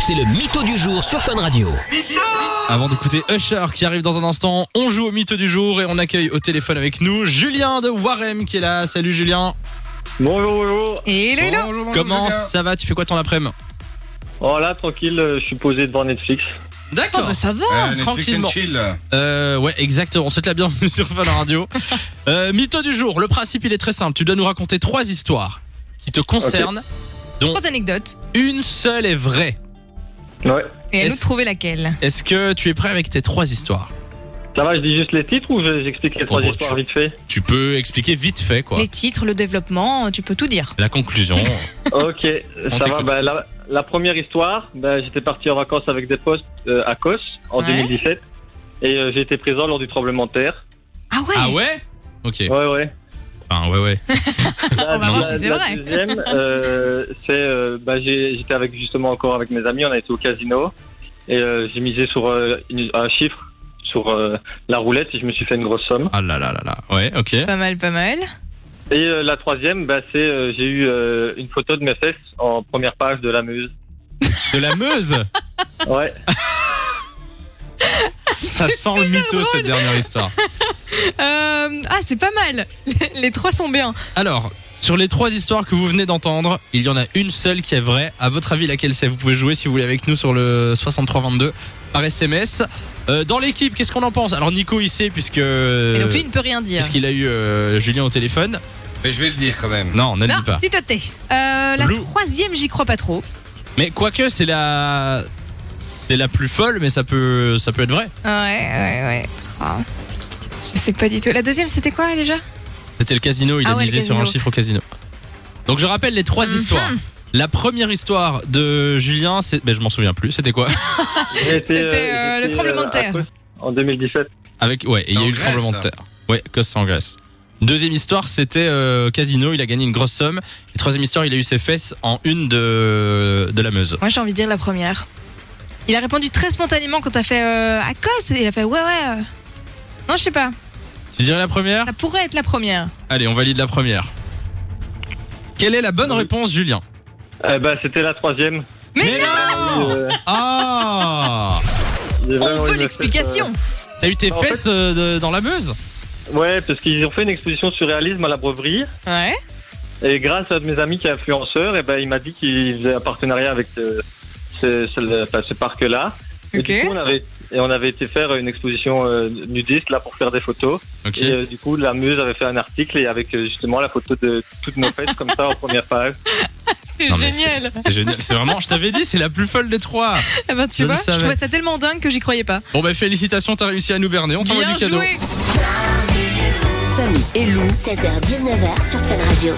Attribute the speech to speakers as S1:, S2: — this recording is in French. S1: C'est le mytho du jour sur Fun Radio.
S2: Avant d'écouter Usher qui arrive dans un instant, on joue au mythe du jour et on accueille au téléphone avec nous Julien de Warem qui est là. Salut Julien.
S3: Bonjour, bonjour.
S4: Et là, là.
S5: Bonjour, bonjour,
S2: Comment
S5: Julien.
S2: ça va Tu fais quoi ton après-midi
S3: Oh là, tranquille, euh, je suis posé devant Netflix.
S4: Oh,
S2: D'accord.
S4: bah ça va.
S5: Euh, Netflix
S2: tranquillement.
S5: and chill.
S2: Euh, ouais, exactement. On souhaite la bienvenue sur Fun Radio. euh, mytho du jour. Le principe, il est très simple. Tu dois nous raconter trois histoires qui te concernent.
S4: Trois anecdotes.
S2: Une seule est vraie.
S3: Ouais.
S4: Et à nous de
S2: Est-ce-
S4: trouver laquelle.
S2: Est-ce que tu es prêt avec tes trois histoires
S3: Ça va, je dis juste les titres ou je- j'explique les
S2: Oh,
S3: trois
S2: bah,
S3: histoires
S2: tu-
S3: vite fait
S2: Tu peux expliquer vite fait, quoi.
S4: Les titres, le développement, tu peux tout dire.
S2: La conclusion.
S3: Ok, ça va.
S2: t'écoute.
S3: bah, la, la première histoire, bah, j'étais parti en vacances avec des postes euh, à Kos en
S4: Ouais.
S3: 2017 et euh, j'ai été présent lors du tremblement de terre.
S4: Ah ouais.
S2: ah ouais Ok.
S3: Ouais, ouais.
S2: Enfin, ouais, ouais.
S3: La,
S4: On va voir
S3: la-
S4: si c'est
S3: la
S4: vrai.
S3: deuxième, euh, c'est euh, bah, j'ai- j'étais avec justement encore avec mes amis, on a été au casino et euh, j'ai misé sur euh, une- un chiffre sur euh, la roulette et je me suis fait une grosse somme.
S2: Ah là là là là. Ouais, ok.
S4: Pas mal, pas mal.
S3: Et euh, la troisième, bah, c'est euh, j'ai eu euh, une photo de mes fesses en première page de la Muse.
S2: De la Meuse
S3: Ouais.
S2: Ça sent le mytho cette dernière histoire.
S4: Euh, ah, c'est pas mal. Les- Les trois sont bien.
S2: Alors, sur les trois histoires que vous venez d'entendre, il y en a une seule qui est vraie. À votre avis, laquelle c'est Vous pouvez jouer si vous voulez avec nous sur le 6322 par SMS. Euh, dans l'équipe, qu'est-ce qu'on en pense Alors Nico, il sait puisque
S4: Et
S2: Euh,
S4: donc lui, il ne peut rien dire.
S2: puisqu'il a eu euh, Julien au téléphone.
S5: Mais je vais le dire quand même.
S2: Non, ne le
S4: Non,
S2: dis pas.
S4: tu te tais. Euh, la
S2: Lou.
S4: troisième, j'y crois pas trop.
S2: Mais quoique, c'est la c'est la plus folle, mais ça peut ça peut être vrai.
S4: Ouais, ouais, ouais. Oh. Je sais pas du tout. La deuxième, c'était quoi déjà
S2: C'était le casino, il
S4: Ah
S2: a
S4: ouais,
S2: misé
S4: le
S2: sur un
S4: casino.
S2: chiffre au casino. Donc je rappelle les trois
S4: Mhm.
S2: histoires. La première histoire de Julien, c'est ben, je m'en souviens plus, c'était quoi
S3: J'ai été,
S4: C'était, euh,
S3: j'ai
S4: le
S3: été,
S4: tremblement de
S3: à
S4: terre.
S3: Kos En 2017.
S2: Avec ouais, et il y a
S5: en
S2: eu le
S5: Grèce,
S2: tremblement de
S5: ça.
S2: terre. Ouais, Kos c'est en Grèce. Deuxième histoire, c'était euh, casino, il a gagné une grosse somme. Et troisième histoire, il a eu ses fesses en une de de la Meuse.
S4: Moi, j'ai envie de dire la première. Il a répondu très spontanément quand t'as fait euh, à cause. Il a fait ouais, ouais. euh. Non, je sais pas.
S2: Tu dirais la première
S4: Ça pourrait être la première.
S2: Allez, on valide la première. Quelle est la bonne
S3: Oui.
S2: réponse, Julien
S3: Euh, bah, c'était la troisième.
S4: Mais
S3: Euh,
S2: Ah
S3: j'ai
S4: Oh On
S3: vraiment eu
S4: veut
S3: mes
S4: l'explication.
S2: T'as eu tes
S3: En fait-
S2: fesses euh, de- dans la Meuse
S3: fesses, euh, Ouais, parce qu'ils ont fait une exposition sur réalisme à la breverie.
S4: Ouais.
S3: Et grâce à un de mes amis qui est influenceur, et ben il m'a dit qu'il faisait un partenariat avec euh, ce, ce- enfin, ce parc-là. Et
S4: Ok.
S3: du coup, on avait, et on avait été faire une exposition euh, nudiste là pour faire des photos.
S2: Ok.
S3: Et euh, du coup, la Muse avait fait un article et avec euh, justement la photo de toutes nos fesses comme ça en première page.
S4: C'était
S2: Non, mais
S4: génial.
S2: C'est génial. C'est vraiment, je t'avais dit, c'est la plus folle des trois.
S4: Ah ben,
S2: Je
S4: tu
S2: le
S4: vois, je
S2: savais.
S4: trouvais ça tellement dingue que j'y croyais pas.
S2: Bon, bah, félicitations, t'as réussi à nous berner. On t'envoie
S4: Bien
S2: du cadeau.
S4: joué.
S6: Samy et Lou.
S7: 16h-19h sur Fun Radio.